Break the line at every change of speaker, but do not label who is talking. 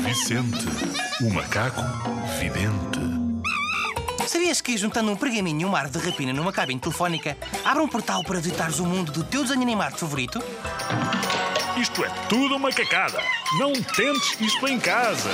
Vicente, o macaco vidente.
Sabias que, juntando um pergaminho e um ar de rapina numa cabine telefónica, abre um portal para visitares o mundo do teu desenho animado favorito?
Isto é tudo uma cacada. Não tentes isto em casa.